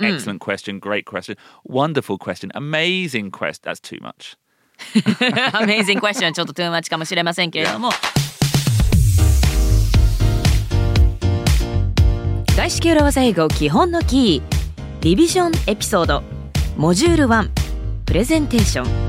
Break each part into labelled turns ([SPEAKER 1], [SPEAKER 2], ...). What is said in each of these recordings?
[SPEAKER 1] Excellent question. Great question. Wonderful question. Amazing quest. That's too much.
[SPEAKER 2] Amazing question ちょっとトゥーマッチかもしれませんけれども外資系裏技英語基本のキーリビジョンエピソードモジュール1プレゼンテーション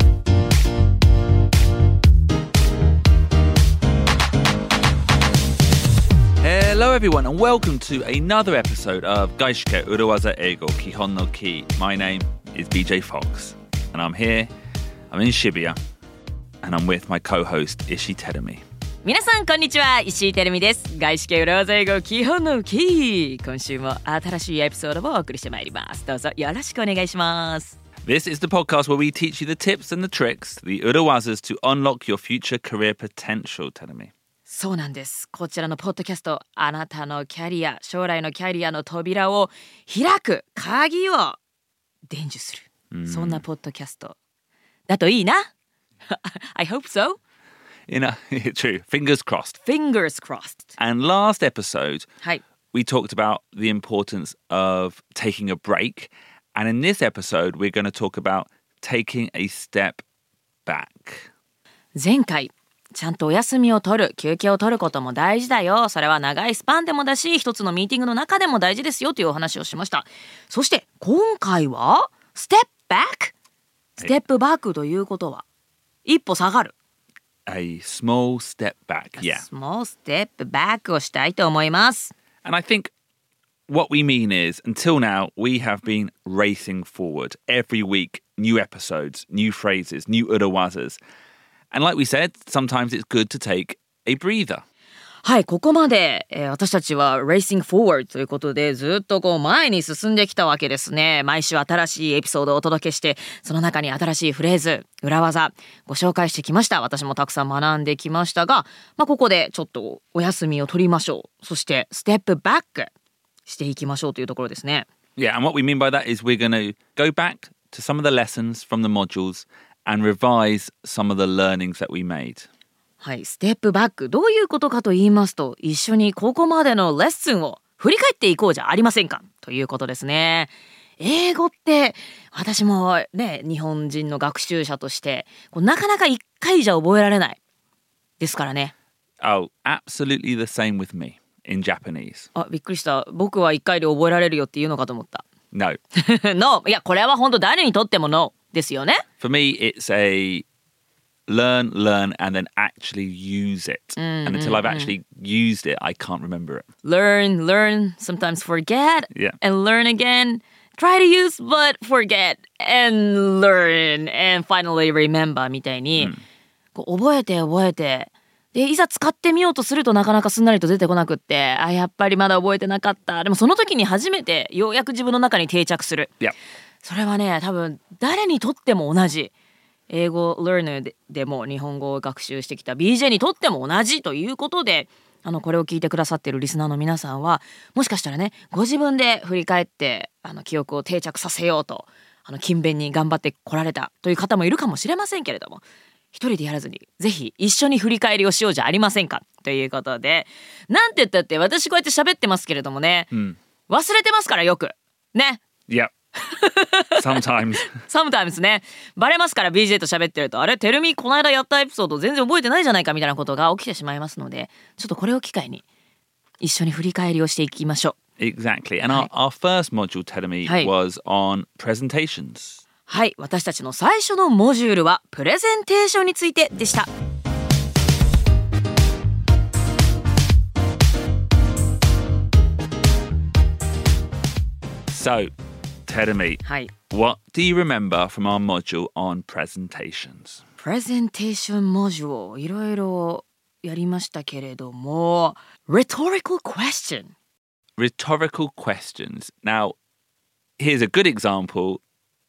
[SPEAKER 1] Hello, everyone, and welcome to another episode of Gaishike Urawaza Ego Kihon no Ki. My name is BJ Fox, and I'm here. I'm in Shibuya, and I'm with my co host Ishi Terumi.
[SPEAKER 2] 皆さんこんにちは石井てるみです外資系裏技英語基本のキー今週も新しいエピソードをお送りしてまいりますどうぞよろしくお願いします
[SPEAKER 1] This is the podcast where we teach you the tips and the tricks, the Urawazas, to unlock your future career potential, Terumi.
[SPEAKER 2] そうなんです。こちらのポッドキャスト、あなたのキャリア、将来のキャリアの扉を開く鍵を伝授する。そんなポッドキャストだといいな。I hope so.
[SPEAKER 1] You know, true. Fingers crossed.
[SPEAKER 2] Fingers crossed.
[SPEAKER 1] And last episode,
[SPEAKER 2] はい。
[SPEAKER 1] we talked about the importance of taking a break. And in this episode, we're going to talk about taking a step back.
[SPEAKER 2] 前回、ちゃんとお休みを取る、休憩を取ることも大事だよ。それは長いスパンでもだし、一つのミーティングの中でも大事ですよというお話をしました。そして、今回は、ステップバック。ステップバックということは、一歩下がる。
[SPEAKER 1] A small step back. Yeah.
[SPEAKER 2] スモーステップバックをしたいと思います。
[SPEAKER 1] And I think what we mean is until now, we have been racing forward every week, new episodes, new phrases, new urawazas. And like we said, sometimes it's good to take a breather.
[SPEAKER 2] はい、ここまで、えー私たちは Racing Forward ということでずっとこう前に進んできたわけですね。毎週新しいエピソードをお届けして、その中に新しいフレーズ、裏技、ご紹介してきました。私もたくさん学んできましたが、まあ、ここでちょっとお休みを取りましょう。そして、ステップバックしていきましょうというところですね。
[SPEAKER 1] Yeah, and what we mean by that is we're going to go back to some of the lessons from the modules and revise some of the learnings that we made.
[SPEAKER 2] はい、ステップバック。どういうことかと言いますと、一緒にここまでのレッスンを振り返っていこうじゃありませんかということですね。英語って、私もね、日本人の学習者として、こうなかなか一回じゃ覚えられない。ですからね。
[SPEAKER 1] Oh, absolutely the same with me in Japanese.
[SPEAKER 2] あ、びっくりした。僕は一回で覚えられるよっていうのかと思った。
[SPEAKER 1] No,
[SPEAKER 2] no! いや、これは本当誰にとっても No! ですよね。
[SPEAKER 1] for me, it's a learn, learn, and then actually use it. and until I've actually used it, I can't remember it.
[SPEAKER 2] learn, learn, sometimes forget,
[SPEAKER 1] Yeah.
[SPEAKER 2] and learn again. Try to use, but forget, and learn, and finally remember みたいに、こう覚えて覚えて、で、いざ使ってみようとするとなかなかすんなりと出てこなくって、あ、やっぱりまだ覚えてなかった。でもその時に初めてようやく自分の中に定着する。
[SPEAKER 1] Yeah.
[SPEAKER 2] それはね、多分誰にとっても同じ。英語 learner ででも日本語を学習してきた BJ にとっても同じということで、あのこれを聞いてくださってるリスナーの皆さんは、もしかしたらね、ご自分で振り返ってあの記憶を定着させようと、あの勤勉に頑張ってこられたという方もいるかもしれませんけれども、一人でやらずに、ぜひ一緒に振り返りをしようじゃありませんかということで、なんて言ったって私こうやって喋ってますけれどもね、忘れてますからよく。ね、
[SPEAKER 1] Yeah. Sometimes.
[SPEAKER 2] sometimes ねバレますから BJ と喋ってるとあれてるみこの間やったエピソード全然覚えてないじゃないかみたいなことが起きてしまいますのでちょっとこれを機会に一緒に振り返りをしていきましょう
[SPEAKER 1] Exactly. And our, our first module, Telemi,
[SPEAKER 2] Hi.
[SPEAKER 1] was on presentations.
[SPEAKER 2] はい私たちの最初のモジュールはプレゼンテーションについてでした
[SPEAKER 1] So, Teremi,
[SPEAKER 2] はい
[SPEAKER 1] what do you remember from our module on presentations?
[SPEAKER 2] プレゼンテーションモジュールいろいろやりましたけれども rhetorical question
[SPEAKER 1] Rhetorical questions. Now, here's a good example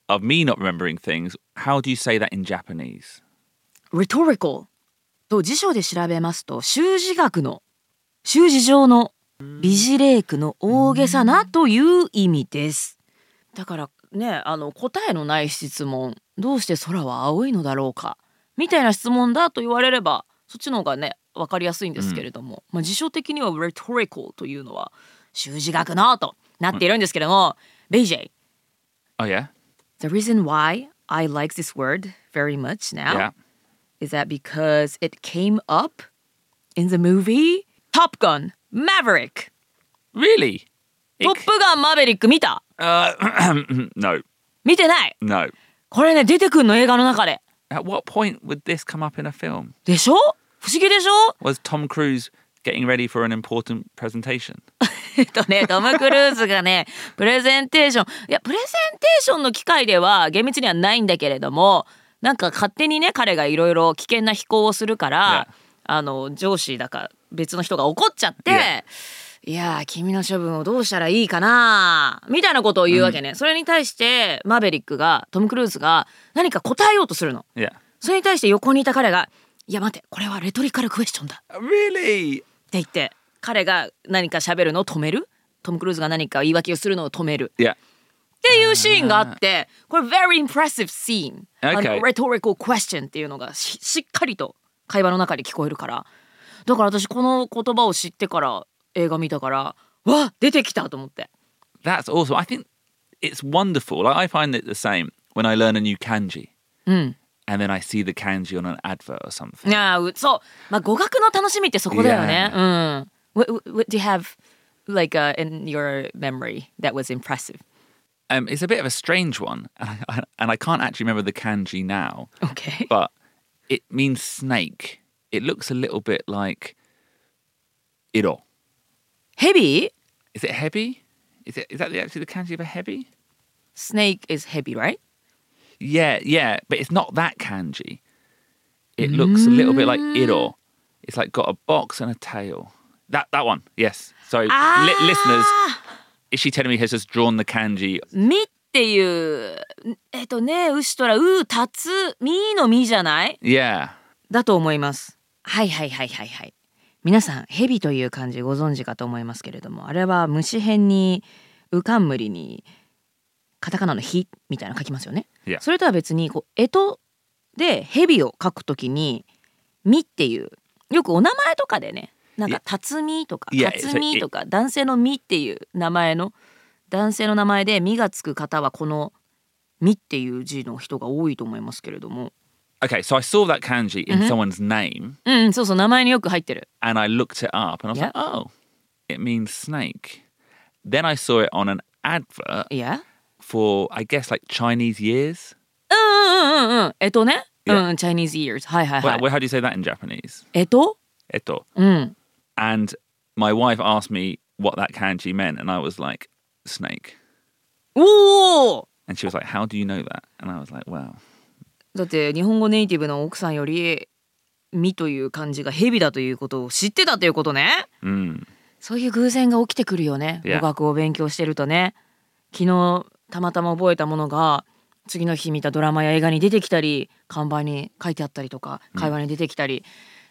[SPEAKER 1] of me not remembering things. How do you say that in Japanese?
[SPEAKER 2] rhetorical と辞書で調べますと習字学の習字上の美辞麗句の大げさなという意味ですだからねあの答えのない質問どうして空は青いのだろうかみたいな質問だと言われればそっちの方がね分かりやすいんですけれども、まあ、辞書的には rhetorical というのは習字学のとなっているんですけれども、ベイジェイ
[SPEAKER 1] Oh yeah.
[SPEAKER 2] The reason why I like this word very much now
[SPEAKER 1] Yeah.
[SPEAKER 2] is that because it came up in the movie Top Gun Maverick.
[SPEAKER 1] Really?
[SPEAKER 2] トップガンマーベリック見た
[SPEAKER 1] Uh, no,
[SPEAKER 2] 見てない
[SPEAKER 1] no.
[SPEAKER 2] これね出てくんの映画の中で。
[SPEAKER 1] At what point would this come up in a film?
[SPEAKER 2] でしょ不思議でしょ
[SPEAKER 1] Was Tom Cruise getting ready for an important presentation?
[SPEAKER 2] えっとねトム・クルーズがね プレゼンテーションいやプレゼンテーションの機会では厳密にはないんだけれどもなんか勝手にね彼がいろいろ危険な飛行をするから、
[SPEAKER 1] Yeah.
[SPEAKER 2] あの上司だか別の人が怒っちゃって。いやー君の処分をどうしたらいいかなみたいなことを言うわけね、それに対してマーベリックがトム・クルーズが何か答えようとするの
[SPEAKER 1] Yeah.
[SPEAKER 2] それに対して横にいた彼が「いや待てこれはレトリカルクエスチョンだ」
[SPEAKER 1] Uh, Really?
[SPEAKER 2] って言って彼が何か喋るのを止めるトム・クルーズが何か言い訳をするのを止める
[SPEAKER 1] Yeah.
[SPEAKER 2] っていうシーンがあってこれ very impressive scene、
[SPEAKER 1] Okay.
[SPEAKER 2] あの rhetorical question っていうのがししっかりと会話の中で聞こえるからだから私この言葉を知ってから映画見たからわ出てきたと思って。
[SPEAKER 1] That's awesome. I think it's wonderful. Like, I find it the same when I learn a new kanji
[SPEAKER 2] うん、
[SPEAKER 1] and then I see the kanji on an advert or something.
[SPEAKER 2] いやーうそう、まあ、語学の楽しみってそこだよね。うん。What, what do you have like、in your memory that was impressive?
[SPEAKER 1] Um, it's a bit of a strange one, and I, and I can't actually remember the kanji now,
[SPEAKER 2] Okay.
[SPEAKER 1] but it means snake. It looks a little bit like iro.
[SPEAKER 2] ヘビー
[SPEAKER 1] Is it heavy? Is it is that the, actually the kanji of a heavy?
[SPEAKER 2] Snake is heavy, right?
[SPEAKER 1] Yeah, yeah, but it's not that kanji. It looks a little bit like iro. It's like got a box and a tail. That that one, yes. Sorry,
[SPEAKER 2] Ah.
[SPEAKER 1] li- listeners. Is she telling me has just drawn the kanji?
[SPEAKER 2] みっていう、んえっとね、うしとら、う、たつ、みのみじゃない
[SPEAKER 1] Yeah,
[SPEAKER 2] だと思います。はいはいはいはいはい。皆さん、ヘビという漢字ご存知かと思いますけれども、あれは虫編に、うかんむりに、カタカナのひみたいなの書きますよね。
[SPEAKER 1] いや
[SPEAKER 2] それとは別に、こう、えとでヘビを書くときに、みっていう、よくお名前とかでね、なん
[SPEAKER 1] い
[SPEAKER 2] か
[SPEAKER 1] や
[SPEAKER 2] たつみとか、
[SPEAKER 1] いや
[SPEAKER 2] かつみとか、男性のみっていう名前の、男性の名前でみがつく方はこのみっていう字の人が多いと思いますけれども。
[SPEAKER 1] Okay, so I saw that kanji in someone's name
[SPEAKER 2] うんうん、そうそう、名前によく入ってる。
[SPEAKER 1] and I looked it up and I was
[SPEAKER 2] Yeah.
[SPEAKER 1] like, oh, it means snake. Then I saw it on an advert
[SPEAKER 2] いや。
[SPEAKER 1] for, I guess, like Chinese years.
[SPEAKER 2] うんうんうんうん。えとね。
[SPEAKER 1] いや
[SPEAKER 2] うん、Chinese ears。はいはい
[SPEAKER 1] Well,
[SPEAKER 2] はい。
[SPEAKER 1] how do you say that in Japanese?
[SPEAKER 2] えと
[SPEAKER 1] Eto.
[SPEAKER 2] うん。
[SPEAKER 1] And my wife asked me what that kanji meant and I was like, snake.
[SPEAKER 2] おお
[SPEAKER 1] And she was like, how do you know that? And I was like, well,
[SPEAKER 2] だって日本語ネイティブの奥さんより「み」という漢字が「蛇」だということを知ってたということね。
[SPEAKER 1] mm.
[SPEAKER 2] そういう偶然が起きてくるよね。
[SPEAKER 1] いや
[SPEAKER 2] 語学を勉強してるとね。昨日たまたま覚えたものが次の日見たドラマや映画に出てきたり看板に書いてあったりとか会話に出てきたり、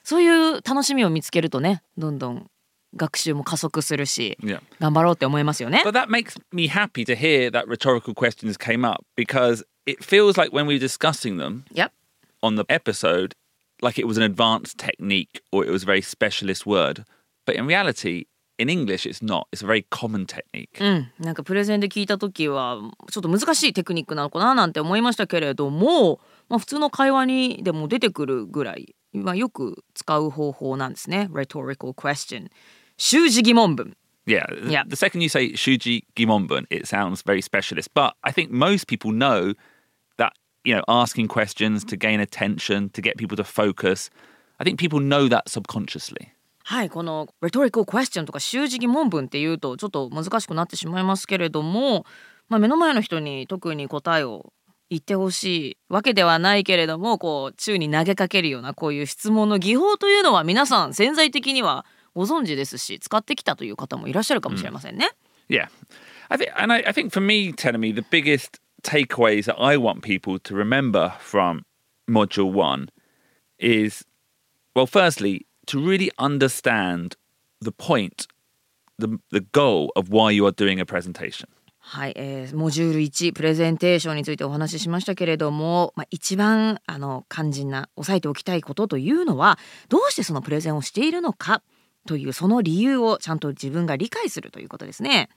[SPEAKER 2] そういう楽しみを見つけるとねどんどん学習も加速するし
[SPEAKER 1] yeah.
[SPEAKER 2] 頑張ろうって思いますよね。
[SPEAKER 1] But that makes me happy to hear that rhetorical questions came up because it feels like when we were discussing them,
[SPEAKER 2] Yep.
[SPEAKER 1] on the episode like it was an advanced technique or it was a very specialist word. But in reality, in English, it's not. It's a very common technique.
[SPEAKER 2] うん、なんかプレゼンで聞いた時はちょっと難しいテクニックなのかななんて思いましたけれども、まあ、普通の会話にでも出てくるぐらい、まあ、よく使う方法なんですね。rhetorical question 習字疑問文
[SPEAKER 1] Yeah. th-
[SPEAKER 2] Yeah.
[SPEAKER 1] The second you say shuji gimonbun, it sounds very specialist. But I think most people know that, you know, asking questions to gain attention, to get people to focus, I think people know that subconsciously.
[SPEAKER 2] はいこの rhetorical question とか習字疑問文っていうとちょっと難しくなってしまいますけれども、まあ、目の前の人に特に答えを言ってほしいわけではないけれどもこう宙に投げかけるようなこういう質問の技法というのは皆さん潜在的にはご存知ですし使ってきたという方もいらっしゃるかもしれませんね。
[SPEAKER 1] Yeah. I think, and I, I think for me, Tenemy, the biggest takeaways that I want people to remember from module one is well, firstly, to really understand the point, the, the goal of why you are doing a presentation.
[SPEAKER 2] はい、えーモジュール1プレゼンテーションについてお話ししましたけれども、まあ、一番あの肝心な押さえておきたいことというのはどうしてそのプレゼンをしているのかというその理由をちゃんと自分が理解するということですね。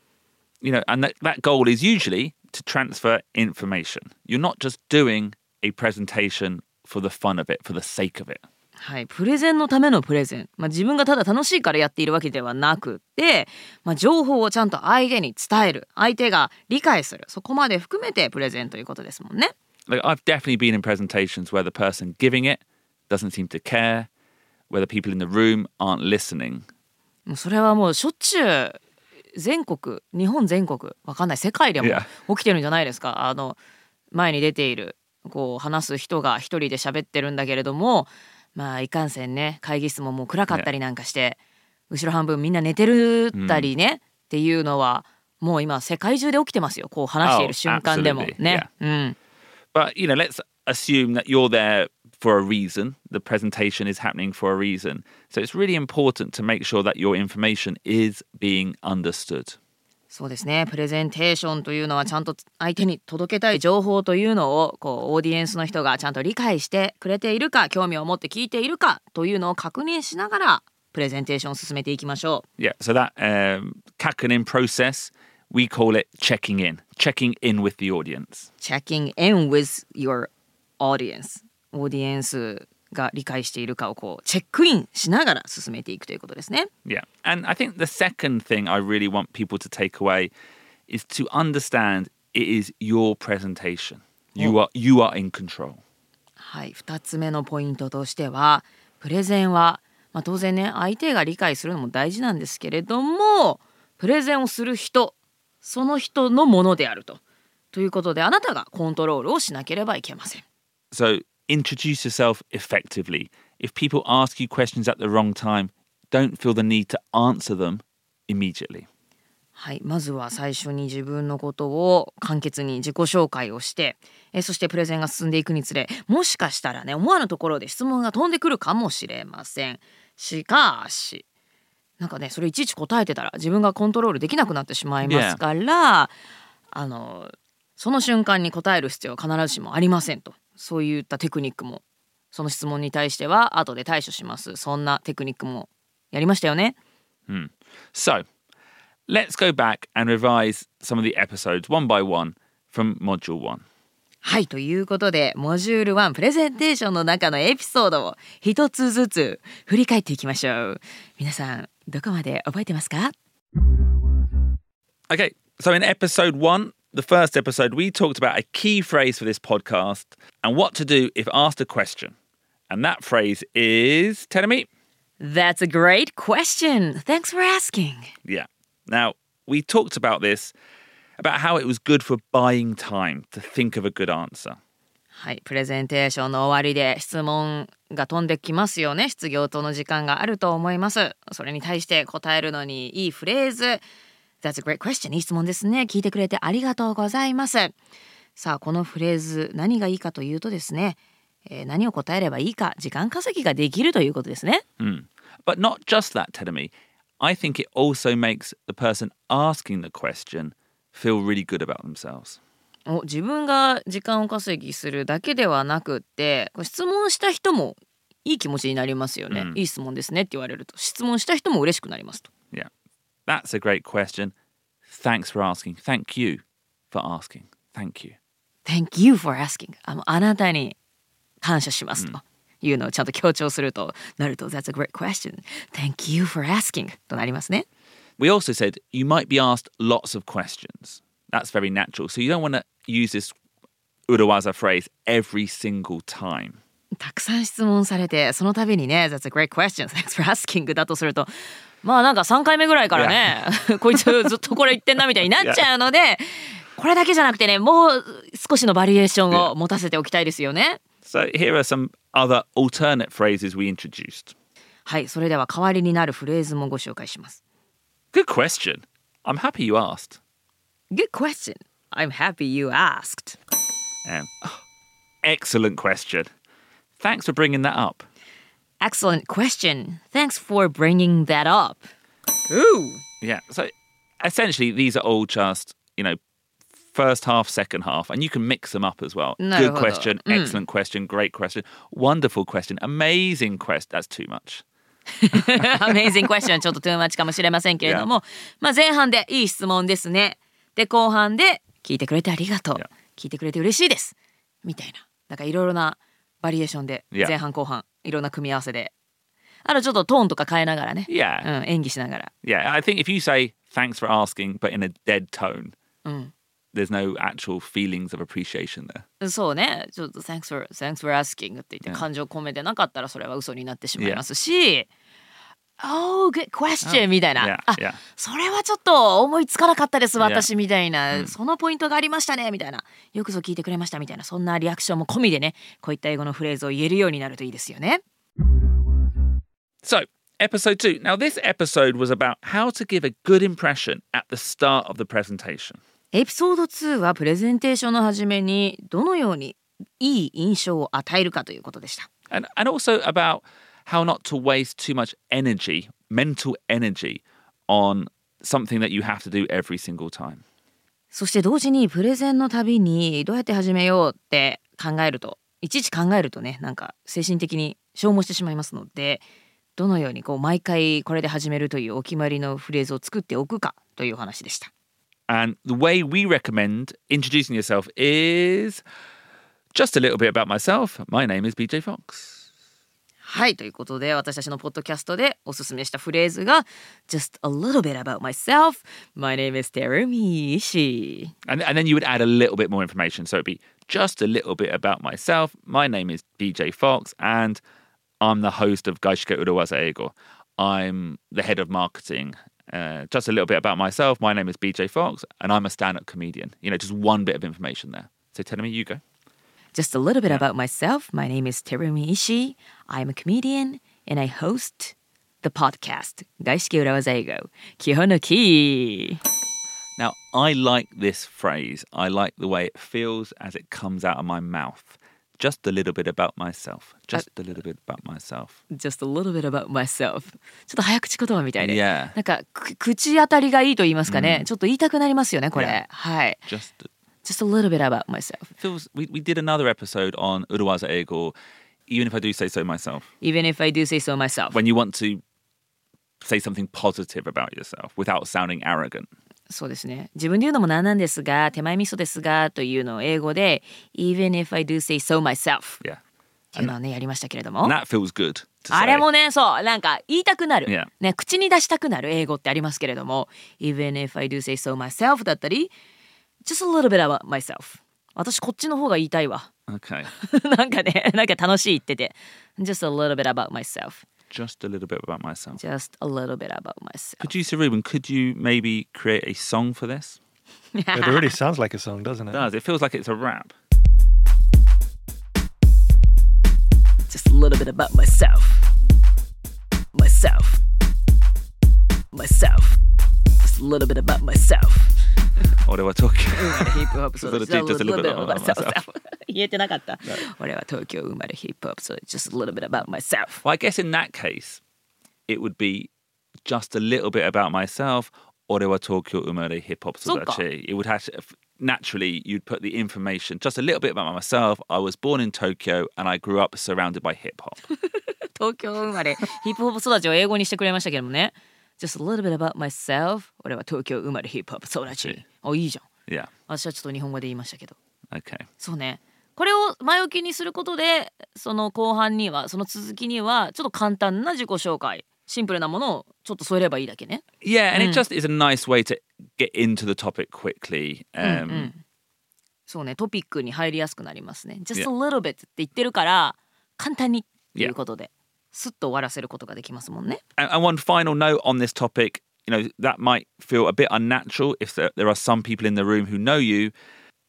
[SPEAKER 1] you know, and that, that goal is usually to transfer information. You're not just doing a presentation for the fun of it, for the sake of it.
[SPEAKER 2] はい、プレゼンのためのプレゼン、まあ、自分がただ楽しいからやっているわけではなくて、まあ、情報をちゃんと相手に伝える相手が理解するそこまで含めてプレゼンということですもんね。
[SPEAKER 1] Like I've definitely been in presentations where the person giving it doesn't seem to care, where the people in the room aren't listening.
[SPEAKER 2] もうそれはもうしょっちゅう全国日本全国わかんない世界でも
[SPEAKER 1] いや
[SPEAKER 2] 起きてるんじゃないですかあの前に出ているこう話す人が一人で喋ってるんだけれどもまあいかんせんね会議室ももう暗かったりなんかして、後ろ半分みんな寝てるったりね、っていうのはもう今世界中で起きてますよこう話している瞬間でも
[SPEAKER 1] Oh, absolutely.
[SPEAKER 2] ね。うん、
[SPEAKER 1] But you know, let's assume that you're there for a reason. The presentation is happening for a reason. So it's really important to make sure that your information is being understood.
[SPEAKER 2] そうですねプレゼンテーションというのはちゃんと相手に届けたい情報というのをこうオーディエンスの人がちゃんと理解してくれているか興味を持って聞いているかというのを確認しながらプレゼンテーションを進めていきましょう。
[SPEAKER 1] Yeah. So that um, Kakanin process, we call it checking in, checking in with the audience.
[SPEAKER 2] Checking in with your audience オーディエンスが理解しているかをこうチェックインしながら進めていくということですね。
[SPEAKER 1] Yeah. And I think the second thing I really want people to take away is to understand it is your presentation. You are you are in control.
[SPEAKER 2] はい、2つ目のポイントとしてはプレゼンは、まあ、当然ね相手が理解するのも大事なんですけれどもプレゼンをする人その人のものであると。ということであなたがコントロールをしなければいけません。
[SPEAKER 1] So introduce yourself effectively. If people ask you questions at the wrong time, don't feel the need to answer them immediately.
[SPEAKER 2] はい、まずは最初に自分のことを簡潔に自己紹介をしてえーそしてプレゼンが進んでいくにつれもしかしたらね思わぬところで質問が飛んでくるかもしれませんしかしなんかねそれいちいち答えてたら自分がコントロールできなくなってしまいますから、あのその瞬間に答える必要は必ずしもありませんとそういったテクニックもその質問に対しては後で対処しますそんなテクニックもやりましたよね
[SPEAKER 1] So let's go back and revise some of the episodes one by one from module one.
[SPEAKER 2] はいということでモジュール1プレゼンテーションの中のエピソードを一つずつ振り返っていきましょう皆さんどこまで覚えてますか
[SPEAKER 1] Okay, so in episode one, the first episode, we talked about a key phrase for this podcast and what to do if asked a question. And that phrase is tell me.
[SPEAKER 2] That's a great question Thanks for asking
[SPEAKER 1] Yeah. Now, we talked about this, about how it was good for buying time to think of a good answer.
[SPEAKER 2] はいプレゼンテーションの終わりで質問が飛んできますよね失業との時間があると思いますそれに対して答えるのにいいフレーズ That's a great question いい質問ですね聞いてくれてありがとうございますさあこのフレーズ何がいいかというとですね、えー何を答えればいいか時間稼ぎができるということですね
[SPEAKER 1] But not just that, tell me. I think it also makes the person asking the question feel really good about themselves.
[SPEAKER 2] お自分が時間を稼ぎするだけではなくってこう質問した人もいい気持ちになりますよね、
[SPEAKER 1] うん
[SPEAKER 2] いい質問ですねって言われると質問した人も嬉しくなりますと
[SPEAKER 1] Yeah. That's a great question. Thanks for asking. Thank you for asking. Thank you.
[SPEAKER 2] Thank you for asking. あのあなたに感謝しますというのをちゃんと強調するとなると That's a great question. Thank you for asking となりますね。
[SPEAKER 1] We also said you might be asked lots of questions. That's very natural. So you don't want to use this Urawaza phrase every single time.
[SPEAKER 2] たくさん質問されてその度にね That's a great question. Thanks for asking だとするとまあなんか3回目ぐらいからねこいつずっとこれ言ってんなみたいになっちゃうのでこれだけじゃなくてねもう少しのバリエーションを持たせておきたいですよね。
[SPEAKER 1] So here are some other alternate phrases we introduced.
[SPEAKER 2] はいそれでは代わりになるフレーズもご紹介します。
[SPEAKER 1] Good question. I'm happy you asked.
[SPEAKER 2] Good question. I'm happy you asked.
[SPEAKER 1] Um, excellent question. Thanks for bringing that up.
[SPEAKER 2] Excellent question. Thanks for bringing that up. Ooh.
[SPEAKER 1] Yeah. So essentially, these are all just, you know, first half, second half, and you can mix them up as well.
[SPEAKER 2] No,
[SPEAKER 1] Good
[SPEAKER 2] hold
[SPEAKER 1] question,
[SPEAKER 2] on. Mm.
[SPEAKER 1] excellent question, great question, wonderful question, amazing quest. That's too much.
[SPEAKER 2] Amazing question. ちょっと too much かもしれませんけれども、まあ前半でいい質問ですね。で後半で聞いてくれてありがとう
[SPEAKER 1] Yeah.
[SPEAKER 2] 聞いてくれて嬉しいですみたいななんかいろいろなバリエーションで
[SPEAKER 1] Yeah.
[SPEAKER 2] 前半後半いろんな組み合わせであとちょっとトーンとか変えながらね、
[SPEAKER 1] Yeah.
[SPEAKER 2] うん、演技しながら
[SPEAKER 1] Yeah, I think if you say thanks for asking, but in a dead tone,
[SPEAKER 2] うん。
[SPEAKER 1] there's no actual feelings of appreciation there.
[SPEAKER 2] そうねちょっと「thanks for, thanks for asking」って言って
[SPEAKER 1] Yeah.
[SPEAKER 2] 感情込めてなかったらそれは嘘になってしまいますし「oh good question」みた
[SPEAKER 1] Yeah,
[SPEAKER 2] いな「あ
[SPEAKER 1] yeah.
[SPEAKER 2] それはちょっと思いつかなかったです
[SPEAKER 1] Yeah.
[SPEAKER 2] 私」みたいな「そのポイントがありましたね」みたいな「よくぞ聞いてくれました」みたいなそんなリアクションも込みでねこういった英語のフレーズを言えるようになるといいですよね。
[SPEAKER 1] So, episode two. Now, this episode was about how to give a good impression at the start of the presentation.
[SPEAKER 2] エピソード2はプレゼンテーションの初めにどのようにいい印象を与えるかということでした。
[SPEAKER 1] And, and also about how not to waste too much energy, mental energy, on something that you have to do every single time.
[SPEAKER 2] そして同時にプレゼンのたびにどうやって始めようって考えるといちいち考えるとねなんか精神的に消耗してしまいますのでどのようにこう毎回これで始めるというお決まりのフレーズを作っておくかというお話でした。
[SPEAKER 1] And the way we recommend introducing yourself is just a little bit about myself. My name is BJ Fox.
[SPEAKER 2] はいということで私たちのポッドキャストでおすすめしたフレーズが「Just a little bit about myself my name is Terumi Ishii」。
[SPEAKER 1] And, and then you would add a little bit more information. So it'd be just a little bit about myself. My name is BJ Fox, and I'm the host of Gaishike Urawaza Ego. I'm the head of marketing. Uh, just a little bit about myself. My name is BJ Fox, and I'm a stand up comedian. You know, just one bit of information there. So tell me, you go.
[SPEAKER 2] Just a little bit about myself. My name is Terumi Ishii. I'm a comedian and I host the podcast 外資系裏技英語基本のキー
[SPEAKER 1] Now, I like this phrase. I like the way it feels as it comes out of my mouth. Just a little bit about myself. Just a little bit about myself.
[SPEAKER 2] Just a little bit about myself ちょっと早口言葉みたいで、
[SPEAKER 1] Yeah.
[SPEAKER 2] なんかく口当たりがいいと言いますかね、ちょっと言いたくなりますよねこれ、
[SPEAKER 1] Yeah.
[SPEAKER 2] はい
[SPEAKER 1] Just. A-
[SPEAKER 2] Just a little bit about myself
[SPEAKER 1] feels we, we did another episode on Uruwaza Egor, even if I do say so myself.
[SPEAKER 2] even if I do say so myself
[SPEAKER 1] When you want to say something positive about yourself without sounding arrogant.
[SPEAKER 2] そうですね自分で言うのもなんなんですが手前味噌ですがというのを英語で even if I do say so myself っ
[SPEAKER 1] Yeah.
[SPEAKER 2] ていうのをねやりましたけれども
[SPEAKER 1] And that feels good. To
[SPEAKER 2] あ
[SPEAKER 1] say.
[SPEAKER 2] れもねそうなんか言いたくなる、
[SPEAKER 1] Yeah.
[SPEAKER 2] ね、口に出したくなる英語ってありますけれども「Even if I do say so myself」だったり「Just a little bit about myself」私こっちの方が言いたいわ
[SPEAKER 1] Okay.
[SPEAKER 2] なんかねなんか楽しい言ってて「Just a little bit about myself」
[SPEAKER 1] Just a little bit about
[SPEAKER 2] 「
[SPEAKER 1] myself.
[SPEAKER 2] Just a little bit about myself
[SPEAKER 1] Producer Ruben, could you maybe create a song for this?
[SPEAKER 3] It already sounds like a song, doesn't it?
[SPEAKER 1] It does. It feels like it's a rap.
[SPEAKER 2] 「Just a little bit about myself」「Myself」「Myself」「Just a little bit about myself」
[SPEAKER 1] Or do I talk?
[SPEAKER 2] ヒップホップソ
[SPEAKER 1] Just a
[SPEAKER 2] ー
[SPEAKER 1] little-
[SPEAKER 2] ダ
[SPEAKER 1] just a little bit about myself.
[SPEAKER 2] 言えてなかった。俺は東京生まれヒップホップソーダ just a little bit about myself。
[SPEAKER 1] well, I guess in that case, it would be just a little bit about myself. Orewa Tokyo Umere Hip Hop
[SPEAKER 2] Soka.
[SPEAKER 1] Sodachi. It would have to, naturally, you'd put the information just a little bit about myself. I was born in Tokyo and I grew up surrounded by hip hop.
[SPEAKER 2] 東京生まれヒップホップ育ちを英語にしてくれましたけどもね。just a little bit about myself。俺は東京生まれヒップホップ育ち。あ、いいじゃん。
[SPEAKER 1] yeah.
[SPEAKER 2] 私はちょっと日本語で言いましたけど。
[SPEAKER 1] Okay.
[SPEAKER 2] そうね。これを前置きにすることで、その後半には、その続きには、ちょっと簡単な自己紹介、シンプルなものをちょっと添えればいいだけね。
[SPEAKER 1] Yeah, and it just is a nice way to get into the topic quickly. Um,
[SPEAKER 2] そうねトピックに入りやすくなりますね。Just a little bit って言ってるから簡単にっていうことで、スッと終わらせることができますもんね。
[SPEAKER 1] And, and one final note on this topic, you know, that might feel a bit unnatural if there, there are some people in the room who know you.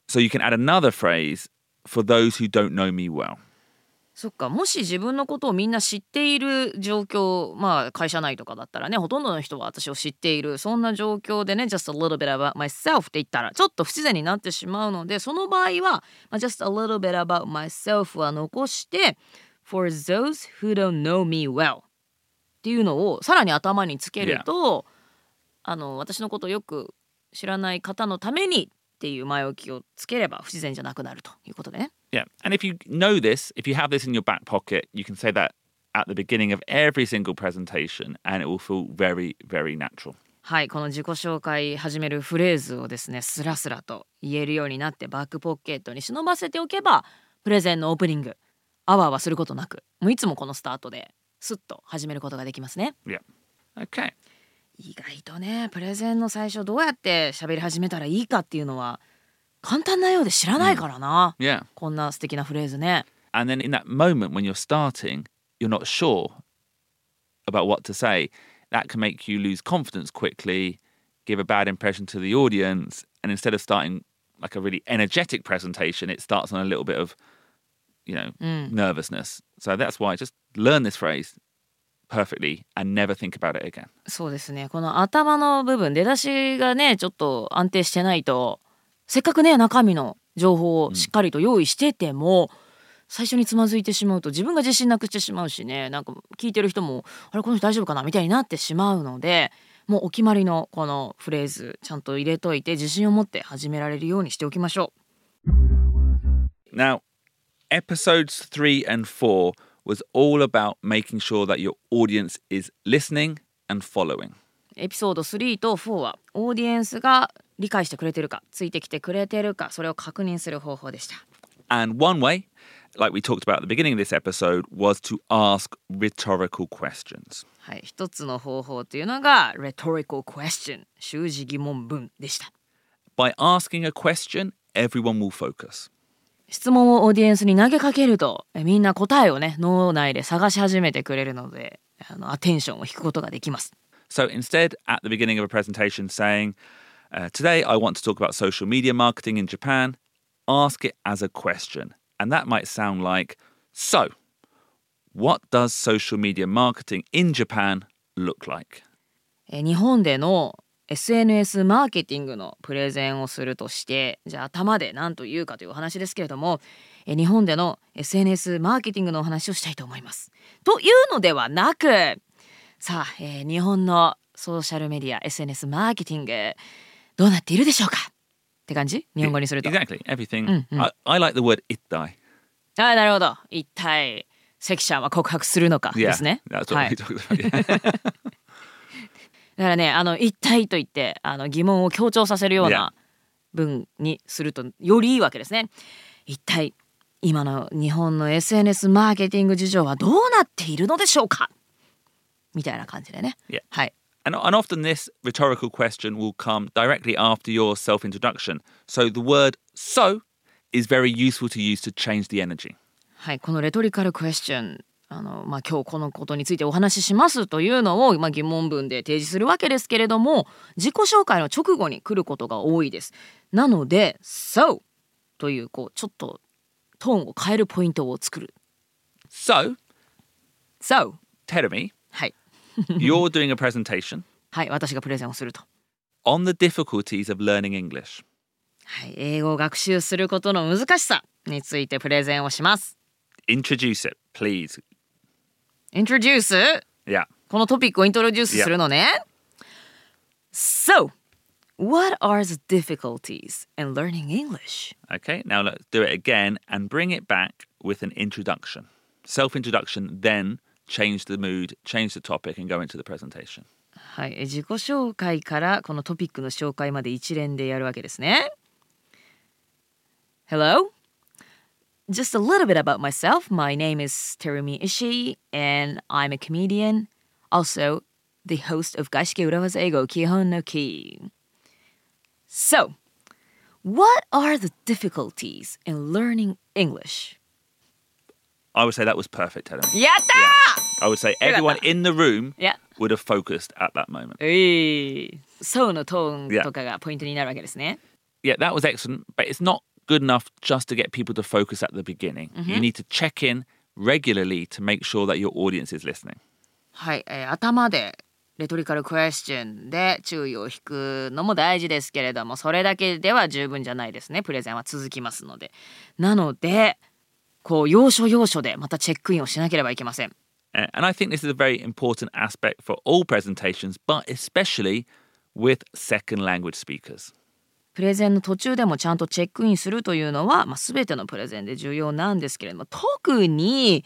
[SPEAKER 1] So you can add another phrase for those who don't know me well.
[SPEAKER 2] そっかもし自分のことをみんな知っている状況まあ会社内とかだったらねほとんどの人は私を知っているそんな状況でね just a little bit about myself って言ったらちょっと不自然になってしまうのでその場合はまあ just a little bit about myself は残して for those who don't know me well っていうのをさらに頭につけると、あの私のことをよく知らない方のためにっていう前置きをつければ不自然じゃなくなるということでね。
[SPEAKER 1] Yeah. And if you know this, if you have this in your back pocket, you can say that at the beginning of every single presentation and it will feel very, very natural.
[SPEAKER 2] はいこの自己紹介始めるフレーズをですねスラスラと言えるようになってバックポケットに忍ばせておけばプレゼンのオープニングアワーはすることなくもういつもこのスタートでスッと始めることができますね
[SPEAKER 1] Yeah. Okay.
[SPEAKER 2] 意外とねプレゼンの最初どうやって喋り始めたらいいかっていうのは簡単なようで知らないからな、
[SPEAKER 1] Yeah.
[SPEAKER 2] こんな素敵なフレーズね
[SPEAKER 1] And then in that moment when you're starting, you're not sure about what to say. That can make you lose confidence quickly, give a bad impression to the audience. And instead of starting like a really energetic presentation, it starts on a little bit of, you know, nervousness. So that's why just learn this phrase perfectly and never think about it again.
[SPEAKER 2] そうですねこの頭の部分出だしがねちょっと安定してないとせっかくね中身の情報をしっかりと用意してても、最初につまずいてしまうと自分が自信なくしてしまうしねなんか聞いてる人もあれこの人大丈夫かなみたいになってしまうのでもうお決まりのこのフレーズちゃんと入れといて自信を持って始められるようにしておきましょう。
[SPEAKER 1] Now, episodes three and four was all about making sure that your audience is listening and following.
[SPEAKER 2] エピソード3と4はオーディエンスが理解してくれてるかついてきてくれてるかそれを確認する方法でした。
[SPEAKER 1] And one way, like we talked about at the beginning of this episode, was to ask rhetorical questions.
[SPEAKER 2] はい、一つの方法というのが rhetorical question 習字疑問文でした
[SPEAKER 1] By asking a question, everyone will focus.
[SPEAKER 2] 質問をオーディエンスに投げかけるとえみんな答えをね脳内で探し始めてくれるのであのアテンションを引くことができます
[SPEAKER 1] So instead, at the beginning of a presentation, saying, uh, Today I want to talk about social media marketing in Japan, ask it as a question. And that might sound like, So, what does social media marketing in Japan look like?
[SPEAKER 2] え日本での SNS マーケティングのプレゼンをするとしてじゃあ頭で何と言うかというお話ですけれどもえ日本での SNS マーケティングのお話をしたいと思います。というのではなくさあ、えー日本のソーシャルメディア SNS マーケティングどうなっているでしょうかって感じ日本語にすると。
[SPEAKER 1] Exactly, everything.
[SPEAKER 2] Mm, mm.
[SPEAKER 1] I, I like the word ittai.
[SPEAKER 2] ああなるほど一体関ちゃんは告白するのかですね。
[SPEAKER 1] that's what
[SPEAKER 2] はい
[SPEAKER 1] we talked about. yeah.
[SPEAKER 2] だからねあの一体と言ってあの疑問を強調させるような文にするとよりいいわけですね。一体今の日本の SNS マーケティング事情はどうなっているのでしょうかみたいな感じでね。
[SPEAKER 1] Yeah.
[SPEAKER 2] はい。
[SPEAKER 1] And, and often this rhetorical question will come directly after your self introduction. So the word so is very useful to use to change the energy.
[SPEAKER 2] はい、このレトリカルクエスチョンあの、まあ、今日このことについてお話ししますというのを、まあ、疑問文で提示するわけですけれども自己紹介の直後に来ることが多いです。なので「So」というこうちょっとトーンを変えるポイントを作る。
[SPEAKER 1] So,
[SPEAKER 2] So
[SPEAKER 1] Terumi,
[SPEAKER 2] はい、
[SPEAKER 1] you're doing a presentation
[SPEAKER 2] はい、私がプレゼンをすると。
[SPEAKER 1] on the difficulties of learning English.
[SPEAKER 2] はい、英語を学習することの難しさについてプレゼンをします。
[SPEAKER 1] Introduce it, please.
[SPEAKER 2] Introduce
[SPEAKER 1] Yeah.
[SPEAKER 2] このトピックをイントロデュースするのね。So, what are the difficulties in learning English?
[SPEAKER 1] Okay, now let's do it again and bring it back with an introduction. Self introduction, then change the mood, change the topic, and go into the presentation.
[SPEAKER 2] はい、自己紹介からこのトピックの紹介まで一連でやるわけですね。Hello? Just a little bit about myself. My name is Terumi Ishii, and I'm a comedian. Also, the host of Gaishike Urawaza Ego Kihon no Ki. So, what are the difficulties in learning English?
[SPEAKER 1] I would say that was perfect, Terumi.
[SPEAKER 2] やったー
[SPEAKER 1] I would say everyone in the room
[SPEAKER 2] いや、
[SPEAKER 1] would have focused at that moment.
[SPEAKER 2] うい、そうのトーン
[SPEAKER 1] Yeah.
[SPEAKER 2] とかがポイントになるわけですね。
[SPEAKER 1] Yeah, that was excellent, but it's not good enough just to get people to focus at the beginning. You need to check in regularly to make sure that your audience is listening.
[SPEAKER 2] はい、えー頭でレトリカルクエスチョンで注意を引くのも大事ですけれどもそれだけでは十分じゃないですねプレゼンは続きますのでなのでこう要所要所でまたチェックインをしなければいけません
[SPEAKER 1] Uh, And I think this is a very important aspect for all presentations, but especially with second language speakers.
[SPEAKER 2] プレゼンの途中でもちゃんとチェックインするというのは、まあ、全てのプレゼンで重要なんですけれども特に、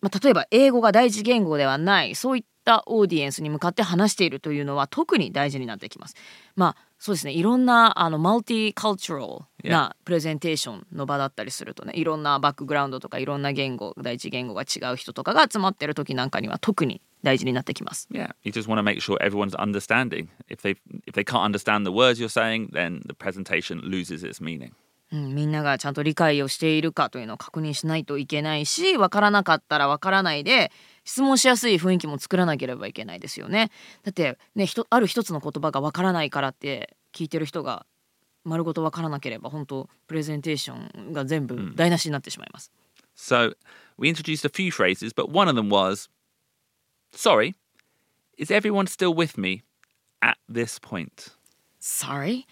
[SPEAKER 2] まあ、例えば英語が第一言語ではないそういったしたオーディエンスに向かって話しているというのは特に大事になってきます。まあそうですねいろんなあのマルティカルチュラルなプレゼンテーションの場だったりするとねいろんなバックグラウンドとかいろんな言語第一言語が違う人とかが集まってる時なんかには特に大事になってきます。
[SPEAKER 1] Yeah, you just want to make sure everyone's understanding. If they if they can't understand the words you're saying, then the presentation loses its meaning.
[SPEAKER 2] うん、みんながちゃんと理解をしているかというのを確認しないといけないし分からなかったら分からないで質問しやすい雰囲気も作らなければいけないですよね。だってねひとある一つの言葉が分からないからって聞いてる人が丸ごと分からなければ本当プレゼンテーションが全部台無しになってしまいます。
[SPEAKER 1] So we introduced a few phrases, but one of them was, "Sorry, is everyone still with me at this point?"
[SPEAKER 2] Sorry,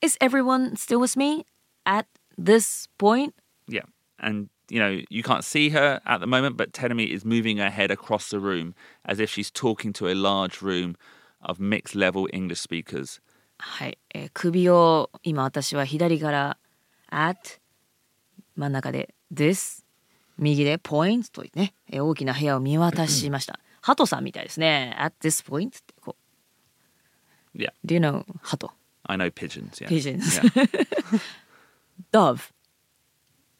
[SPEAKER 2] is everyone still with me at this point?
[SPEAKER 1] Yeah, and you know you can't see her at the moment, but Tenemi is moving her head across the room as if she's talking to a large room of mixed level English speakers.
[SPEAKER 2] はい、えー首を今私は左から「at」真ん中で「this」右で「point」とね、えー大きな部屋を見渡しました。ハトさんみたいですね。at this point ってこ
[SPEAKER 1] Yeah,
[SPEAKER 2] う。do you know ハト
[SPEAKER 1] I know pigeons. Yeah,
[SPEAKER 2] Pigeons.
[SPEAKER 1] Yeah.
[SPEAKER 2] ?dove。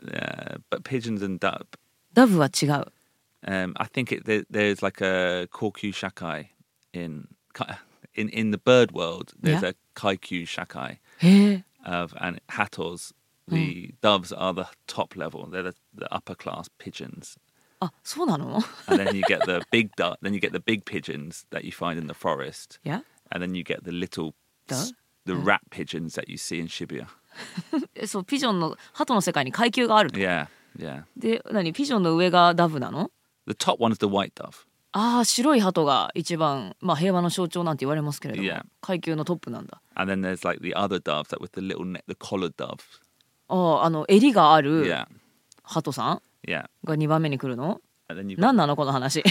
[SPEAKER 1] uh, but pigeons and dove.
[SPEAKER 2] ダブは違う。
[SPEAKER 1] Um, I think it, there, there's like a Korku shakai in ki- in in the bird world. There's
[SPEAKER 2] Yeah.
[SPEAKER 1] a kaiku shakai
[SPEAKER 2] へえ。
[SPEAKER 1] of and hattors. The doves are the top level. They're the, the upper class pigeons.
[SPEAKER 2] あそうなの
[SPEAKER 1] And then you get the big dove. Then you get the big pigeons that you find in the forest.
[SPEAKER 2] いや
[SPEAKER 1] And then you get the little s-
[SPEAKER 2] Dove?
[SPEAKER 1] the rat pigeons that you see in Shibuya.
[SPEAKER 2] えそうピジョンのハトの世界に階級があると。
[SPEAKER 1] Yeah, yeah.
[SPEAKER 2] で何ピジョンの上がダブなの
[SPEAKER 1] The top one is the white dove.
[SPEAKER 2] ああ白いハトが一番、まあ、平和の象徴なんて言われますけれども、
[SPEAKER 1] Yeah.
[SPEAKER 2] 階級のトップなんだ。
[SPEAKER 1] And then there's like the other doves that with the little neck, the collared dove.
[SPEAKER 2] あああの襟がある
[SPEAKER 1] Yeah,
[SPEAKER 2] ハトさん
[SPEAKER 1] yeah.
[SPEAKER 2] が2番目に来るの
[SPEAKER 1] And then you have got
[SPEAKER 2] 何なのこの話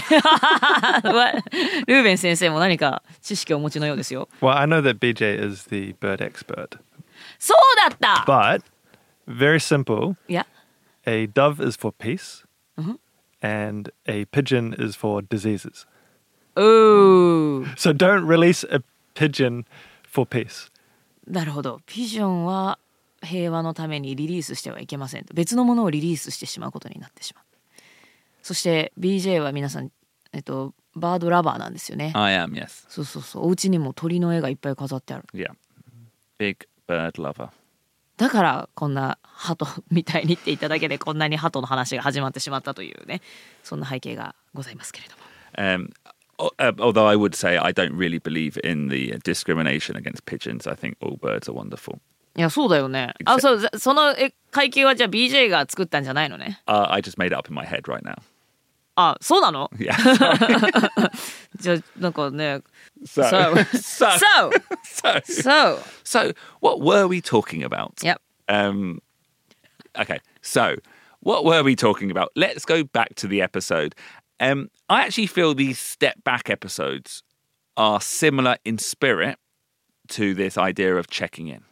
[SPEAKER 2] ルーベン先生も何か知識をお持ちのようですよ
[SPEAKER 3] Well, I know that BJ is the bird expert,
[SPEAKER 2] そうだった
[SPEAKER 3] but very simple.
[SPEAKER 2] いや
[SPEAKER 3] A dove is for peace, and a pigeon is for diseases.
[SPEAKER 2] うー
[SPEAKER 3] So don't release a pigeon for peace.
[SPEAKER 2] なるほどピジョンは平和のためにリリースしてはいけませんと別のものをリリースしてしまうことになってしまうそして BJ は皆さん、えっと、バードラバーなんですよね
[SPEAKER 1] I am, yes.
[SPEAKER 2] そうそうそうお家にも鳥の絵がいっぱい飾ってある
[SPEAKER 1] Yeah. Big bird lover.
[SPEAKER 2] だからこんな鳩みたいにって言っただけでこんなに鳩の話が始まってしまったというねそんな背景がございますけれども
[SPEAKER 1] Um, al- uh, although I would say I don't really believe in the discrimination against pigeons. I think all birds are wonderful.
[SPEAKER 2] いやそうだよね
[SPEAKER 1] あ
[SPEAKER 2] あ
[SPEAKER 1] そ
[SPEAKER 2] そうその階級はじゃあ BJ が作ったんじゃないのね
[SPEAKER 1] Uh, I just made it up in my head right now.
[SPEAKER 2] あそうなの
[SPEAKER 1] Yeah.
[SPEAKER 2] じゃあなんかね
[SPEAKER 1] So, so, so,
[SPEAKER 2] So
[SPEAKER 1] so,
[SPEAKER 2] So
[SPEAKER 1] what were we talking about?
[SPEAKER 2] Yep
[SPEAKER 1] Um, okay. So, what were we talking about? Let's go back to the episode. Um, I actually feel these step back episodes are similar in spirit to this idea of checking in.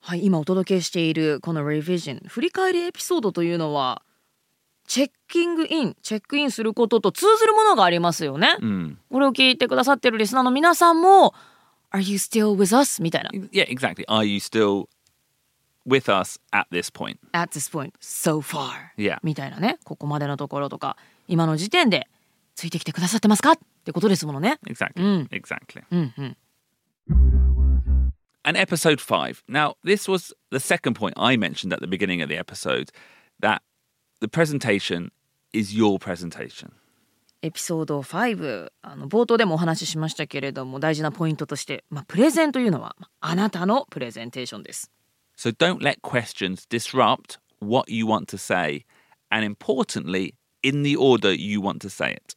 [SPEAKER 2] はい今お届けしているこの Revision 振り返りエピソードというのはチェッキングインチェックインすることと通ずるものがありますよね、
[SPEAKER 1] Mm.
[SPEAKER 2] これを聞いてくださってるリスナーの皆さんも Are you still with us? みたいな
[SPEAKER 1] Yeah, exactly. Are you still with us at this point?
[SPEAKER 2] at this point so far
[SPEAKER 1] Yeah.
[SPEAKER 2] みたいなねここまでのところとか今の時点でついてきてくださってますかってことですものね
[SPEAKER 1] Exactly.
[SPEAKER 2] Mm.
[SPEAKER 1] Exactly.
[SPEAKER 2] うんうん
[SPEAKER 1] And episode five. Now, this was the second point I mentioned at the beginning of the episode that the presentation is your presentation.
[SPEAKER 2] エピソード5あの冒頭でもお話ししましたけれども大事なポイントとして、まあ、プレゼンというのはまああなたのプレゼンテーションです
[SPEAKER 1] So don't let questions disrupt what you want to say. And importantly, in the order you want to say it.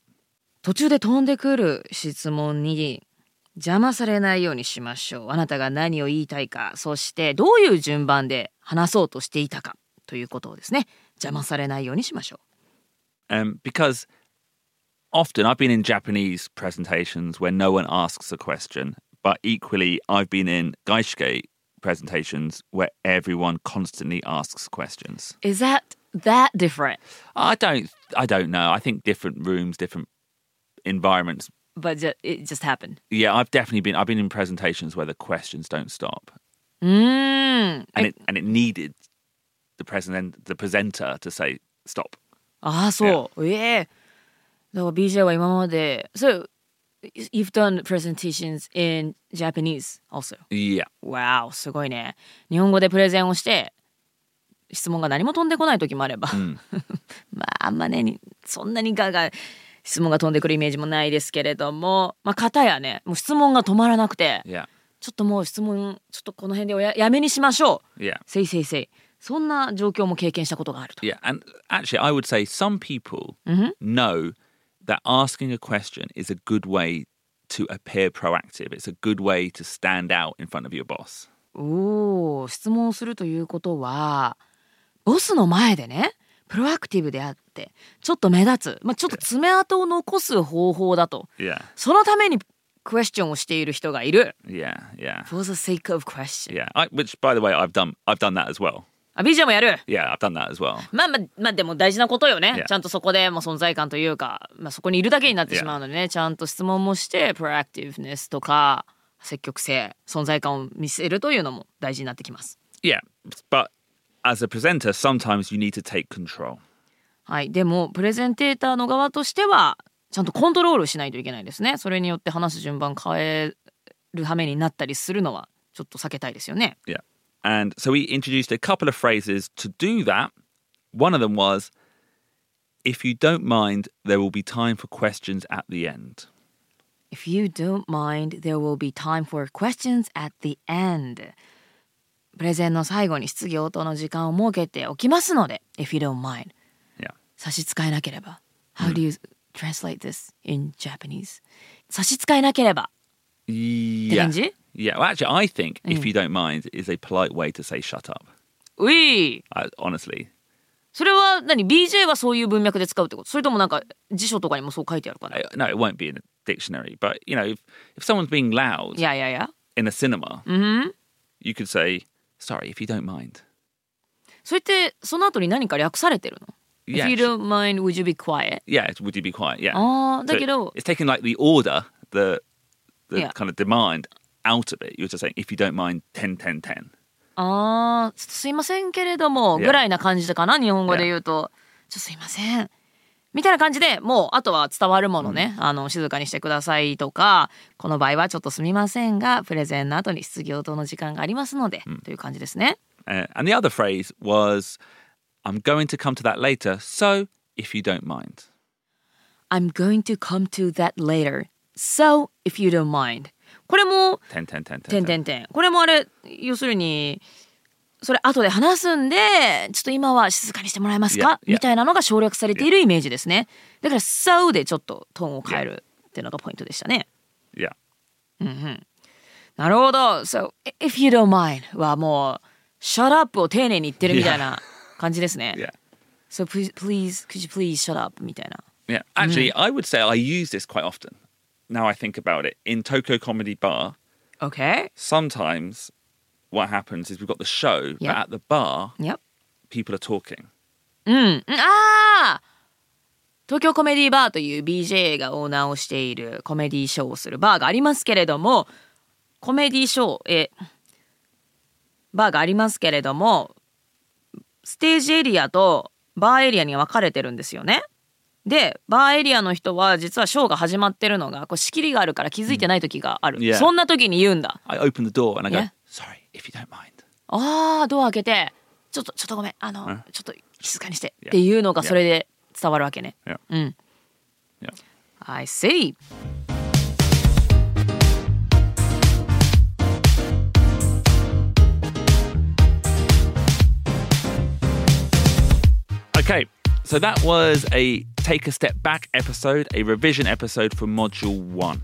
[SPEAKER 2] 途中で飛んでくる質問に邪魔されないようにしましょうあなたが何を言いたいかそしてどういう順番で話そうとしていたかということをですね邪魔されないようにしましょう
[SPEAKER 1] Um, because often I've been in Japanese presentations where no one asks a question, but equally I've been in Gaishke presentations where everyone constantly asks questions.
[SPEAKER 2] Is that that different?
[SPEAKER 1] I don't I don't know. I think different rooms, different environments.
[SPEAKER 2] but ju- it just happened.
[SPEAKER 1] Yeah, I've definitely been. I've been in presentations where the questions don't stop,
[SPEAKER 2] うーん。
[SPEAKER 1] and
[SPEAKER 2] え
[SPEAKER 1] it and it needed the present the presenter to say stop.
[SPEAKER 2] ああ、そう。ええだから BJ は今まで、so you've done presentations in Japanese also.
[SPEAKER 1] Yeah,
[SPEAKER 2] Wow, すごいね。日本語でプレゼンをして、質問が何も飛んでこない時もあれば、 まああんまねにそんなにガガ質問が飛んでくるイメージもないですけれども、まあ方やね、もう質問が止まらなくて、
[SPEAKER 1] yeah,
[SPEAKER 2] ちょっともう質問ちょっとこの辺でおややめにしましょう。
[SPEAKER 1] yeah,
[SPEAKER 2] せいせいせい。そんな状況も経験したことがあると。
[SPEAKER 1] yeah. And actually, I would say some people know that asking a question is a good way to appear proactive. It's a good way to stand out in front of your boss.
[SPEAKER 2] おお、質問をするということは、ボスの前でね、プロアクティブであって、ちょっと目立つ、まあ、ちょっと爪痕を残す方法だと。
[SPEAKER 1] Yeah,
[SPEAKER 2] そのためにクエスチョンをしている人がいる。
[SPEAKER 1] yeah, yeah,
[SPEAKER 2] For the sake of question.
[SPEAKER 1] yeah. I, which, by the way, I've done. I've done that as well.
[SPEAKER 2] あ、BJ もやる
[SPEAKER 1] Yeah, I've done that as well.
[SPEAKER 2] まあまあ、まあでも大事なことよね。
[SPEAKER 1] Yeah.
[SPEAKER 2] ちゃんとそこでもう存在感というか、まあそこにいるだけになって
[SPEAKER 1] Yeah.
[SPEAKER 2] しまうのでね、ちゃんと質問もして、プロアクティブネスとか、積極性、存在感を見せるというのも大事になってきます。
[SPEAKER 1] Yeah, but as a presenter, sometimes you need to take control.
[SPEAKER 2] はい。でも、プレゼンテーターの側としては、ちゃんとコントロールしないといけないですね。それによって話す順番変える羽目になったりするのは、ちょっと避けたいですよね。
[SPEAKER 1] Yeah. And so we introduced a couple of phrases to do that. One of them was, if you don't mind, there will be time for questions at the end.
[SPEAKER 2] If you don't mind, there will be time for questions at the end. プレゼンの最後に質疑応答の時間を設けておきますので、If you don't mind,
[SPEAKER 1] Yeah.
[SPEAKER 2] 差し支えなければ。How do you translate this in Japanese? 差し支えなければ。
[SPEAKER 1] Yeah.
[SPEAKER 2] Benji?
[SPEAKER 1] Yeah. Well, actually, I think
[SPEAKER 2] Mm.
[SPEAKER 1] if you don't mind is a polite way to say shut up.
[SPEAKER 2] うい
[SPEAKER 1] I, honestly.
[SPEAKER 2] それは何 ?BJ はそういう文脈で使うってことそれともなんか辞書とかにもそう書いてあるかな
[SPEAKER 1] I, no, it won't be in a dictionary. But, you know, if, if someone's being loud
[SPEAKER 2] いやいやいや。
[SPEAKER 1] in a cinema,
[SPEAKER 2] うん。
[SPEAKER 1] you could say, sorry, if you don't mind.
[SPEAKER 2] それってその後に何か略されてるの ?If
[SPEAKER 1] Yeah,
[SPEAKER 2] you don't Oh, mind, would you be quiet?
[SPEAKER 1] Yeah. Would you be quiet? Yeah.
[SPEAKER 2] ああ、だ
[SPEAKER 1] So
[SPEAKER 2] けど
[SPEAKER 1] it-。it's taking like the order, the the
[SPEAKER 2] Yeah.
[SPEAKER 1] kind of demand out of it. You're just saying, if you don't mind, 10, 10, 10.
[SPEAKER 2] あーちょっとすいませんけれども
[SPEAKER 1] Yeah.
[SPEAKER 2] ぐらいな感じかな日本語で言うと、ちょっとすいませんみたいな感じでもうあとは伝わるものね、あの静かにしてくださいとかこの場合はちょっとすみませんがプレゼンの後に質疑応答の時間がありますので、という感じですね
[SPEAKER 1] Uh, and the other phrase was, I'm going to come to that later. So if you don't mind.
[SPEAKER 2] I'm going to come to that later so if you don't mind これも
[SPEAKER 1] 10, 10, 10, 10.
[SPEAKER 2] 点点点これもあれ要するにそれ後で話すんでちょっと今は静かにしてもらえますか
[SPEAKER 1] Yeah, yeah.
[SPEAKER 2] みたいなのが省略されているイメージですねだから「so」でちょっとトーンを変えるっていうのがポイントでしたね
[SPEAKER 1] Yeah.
[SPEAKER 2] なるほど「so if you don't mind」はもう「shut up」を丁寧に言ってるみたいな感じですね
[SPEAKER 1] Yeah.
[SPEAKER 2] So please, please, could you please shut up? みたいな
[SPEAKER 1] Yeah. Actually, I would say I use this quite often. Now I think about it. In Toko Comedy Bar,
[SPEAKER 2] Okay?
[SPEAKER 1] sometimes what happens is we've got the show, but
[SPEAKER 2] Yeah.
[SPEAKER 1] at the bar,
[SPEAKER 2] Yep.
[SPEAKER 1] people are talking.
[SPEAKER 2] うん。ああ東京コメディバーという BJ がオーナーをしているコメディショーをするバーがありますけれども、コメディショー、え、バーがありますけれども、ステージエリアとバーエリアに分かれてるんですよね。で、バーエリアの人は実はショーが始まってるのが、こう仕切りがあるから気づいてない時がある。
[SPEAKER 1] うん Yeah.
[SPEAKER 2] そんな時に言うんだ。
[SPEAKER 1] I open the door and I go,
[SPEAKER 2] Yeah.
[SPEAKER 1] sorry, if you don't mind.
[SPEAKER 2] ああ、ドア開けて、ちょっと、ちょっとごめん、あの、ちょっと静かにして、
[SPEAKER 1] Yeah.
[SPEAKER 2] っていうのがそれで伝わるわけね。
[SPEAKER 1] Yeah.
[SPEAKER 2] うん。
[SPEAKER 1] Yeah.
[SPEAKER 2] I see.
[SPEAKER 1] Okay, so that was a take a step back episode, a revision episode for module one.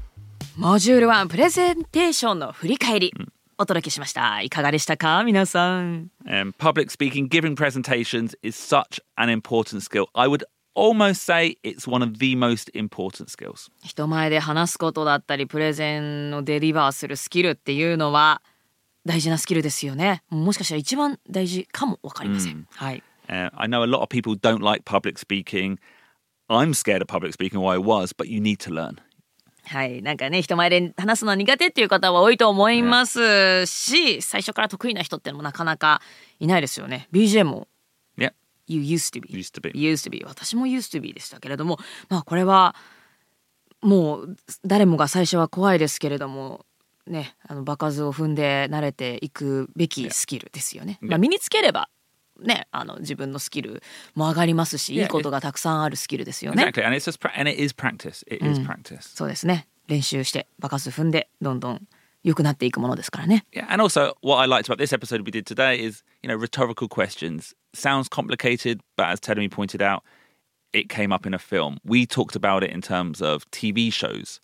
[SPEAKER 2] モジュール1プレゼンテーションの振り返り、お届けしました。いかがでしたか皆さん。
[SPEAKER 1] Um, public speaking, giving presentations is such an important skill. I would almost say it's one of the most important skills.
[SPEAKER 2] 人前で話すことだったり、プレゼンのデリバーするスキルっていうのは、大事なスキルですよね。もしかしたら一番大事かもわかりません。はい。
[SPEAKER 1] Uh, I know a lot of people don't like public speaking. I'm scared of public speaking, or I was, but you need to learn.
[SPEAKER 2] はい、なんかね人前で話すのは苦手っていう方は多いと思いますし、最初から得意な人ってのもなかなかいないですよね。BJ も
[SPEAKER 1] Yeah,
[SPEAKER 2] You used to be
[SPEAKER 1] used to be.
[SPEAKER 2] used to be 私も used to be でしたけれどもまあこれはもう誰もが最初は怖いですけれどもねあの場数を踏んで慣れていくべきスキルですよね。まあ、身につければねあの自分のスキルも上がりますしいいことがたくさんあるスキルですよね。
[SPEAKER 1] Exactly, and it's just pra- and it is practice. It is practice.
[SPEAKER 2] そうですね練習して場数踏んでどんどん良くなっていくものですからね。
[SPEAKER 1] Yeah, and also what I liked about this episode we did today is you know rhetorical questions. Sounds complicated, but as Tedemy pointed out, it came up in a film. We talked about it in terms of TV shows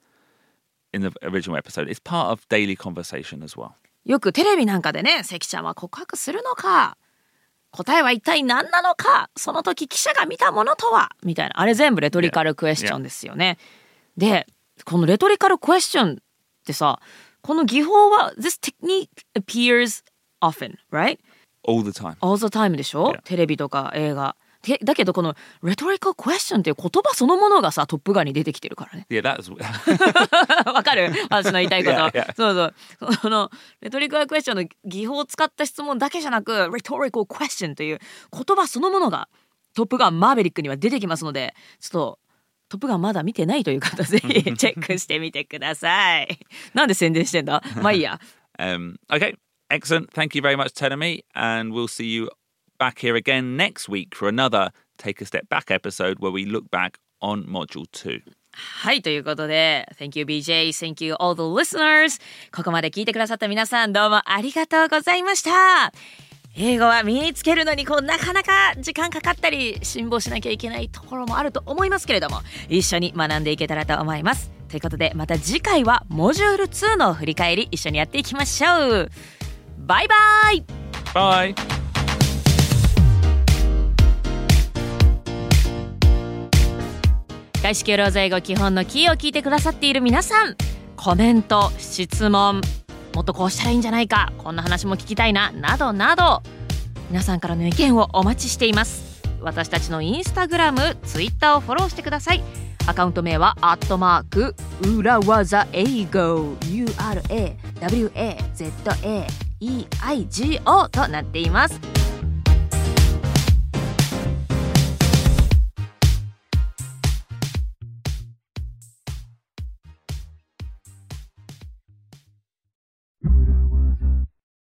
[SPEAKER 1] in the original episode. It's part of daily conversation as well.
[SPEAKER 2] よくテレビなんかでね関ちゃんは告白するのか答えは一体何なのかその時記者が見たものとはみたいなあれ全部レトリカルクエスチョンですよね。でこのレトリカルクエスチョンってさこの技法は This technique appears often, right?
[SPEAKER 1] All the time.
[SPEAKER 2] all the time でしょ、
[SPEAKER 1] Yeah.
[SPEAKER 2] テレビとか映画。てだけどこのレトリカルクエスチョンっていう言葉そのものがさトップガンに出てきてるからね。
[SPEAKER 1] Yeah, that's
[SPEAKER 2] わかる私の言いたいこと。
[SPEAKER 1] Yeah, yeah.
[SPEAKER 2] そうそう。そのレトリカルクエスチョンの技法を使った質問だけじゃなく、レトリカルクエスチョンという言葉そのものがトップガンマーベリックには出てきますので、ちょっとトップガンまだ見てないという方、ぜひチェックしてみてください。なんで宣伝してんだまあいいや。
[SPEAKER 1] Um, okay, excellent. Thank you very much, Tenemy. And we'll see you back here again next week for another Take a Step Back episode where we look back on Module 2.
[SPEAKER 2] はい、ということで、Thank you BJ, thank you all the listeners. ここまで聞いてくださった皆さんどうもありがとうございました。英語は身につけるのにこうなかなか時間かかったり辛抱しなきゃいけないところもあると思いますけれども一緒に学んでいけたらと思います。ということでまた次回はモジュール2の振り返り一緒にやっていきましょう。バイバイ
[SPEAKER 1] Bye.
[SPEAKER 2] 外資系ローザ英語基本のキーを聞いてくださっている皆さんコメント質問もっとこうしたらいいんじゃないかこんな話も聞きたいななどなど皆さんからの意見をお待ちしています私たちのインスタグラムツイッターをフォローしてくださいアカウント名はアットマーク裏技英語 URAWAZAEIGO となっています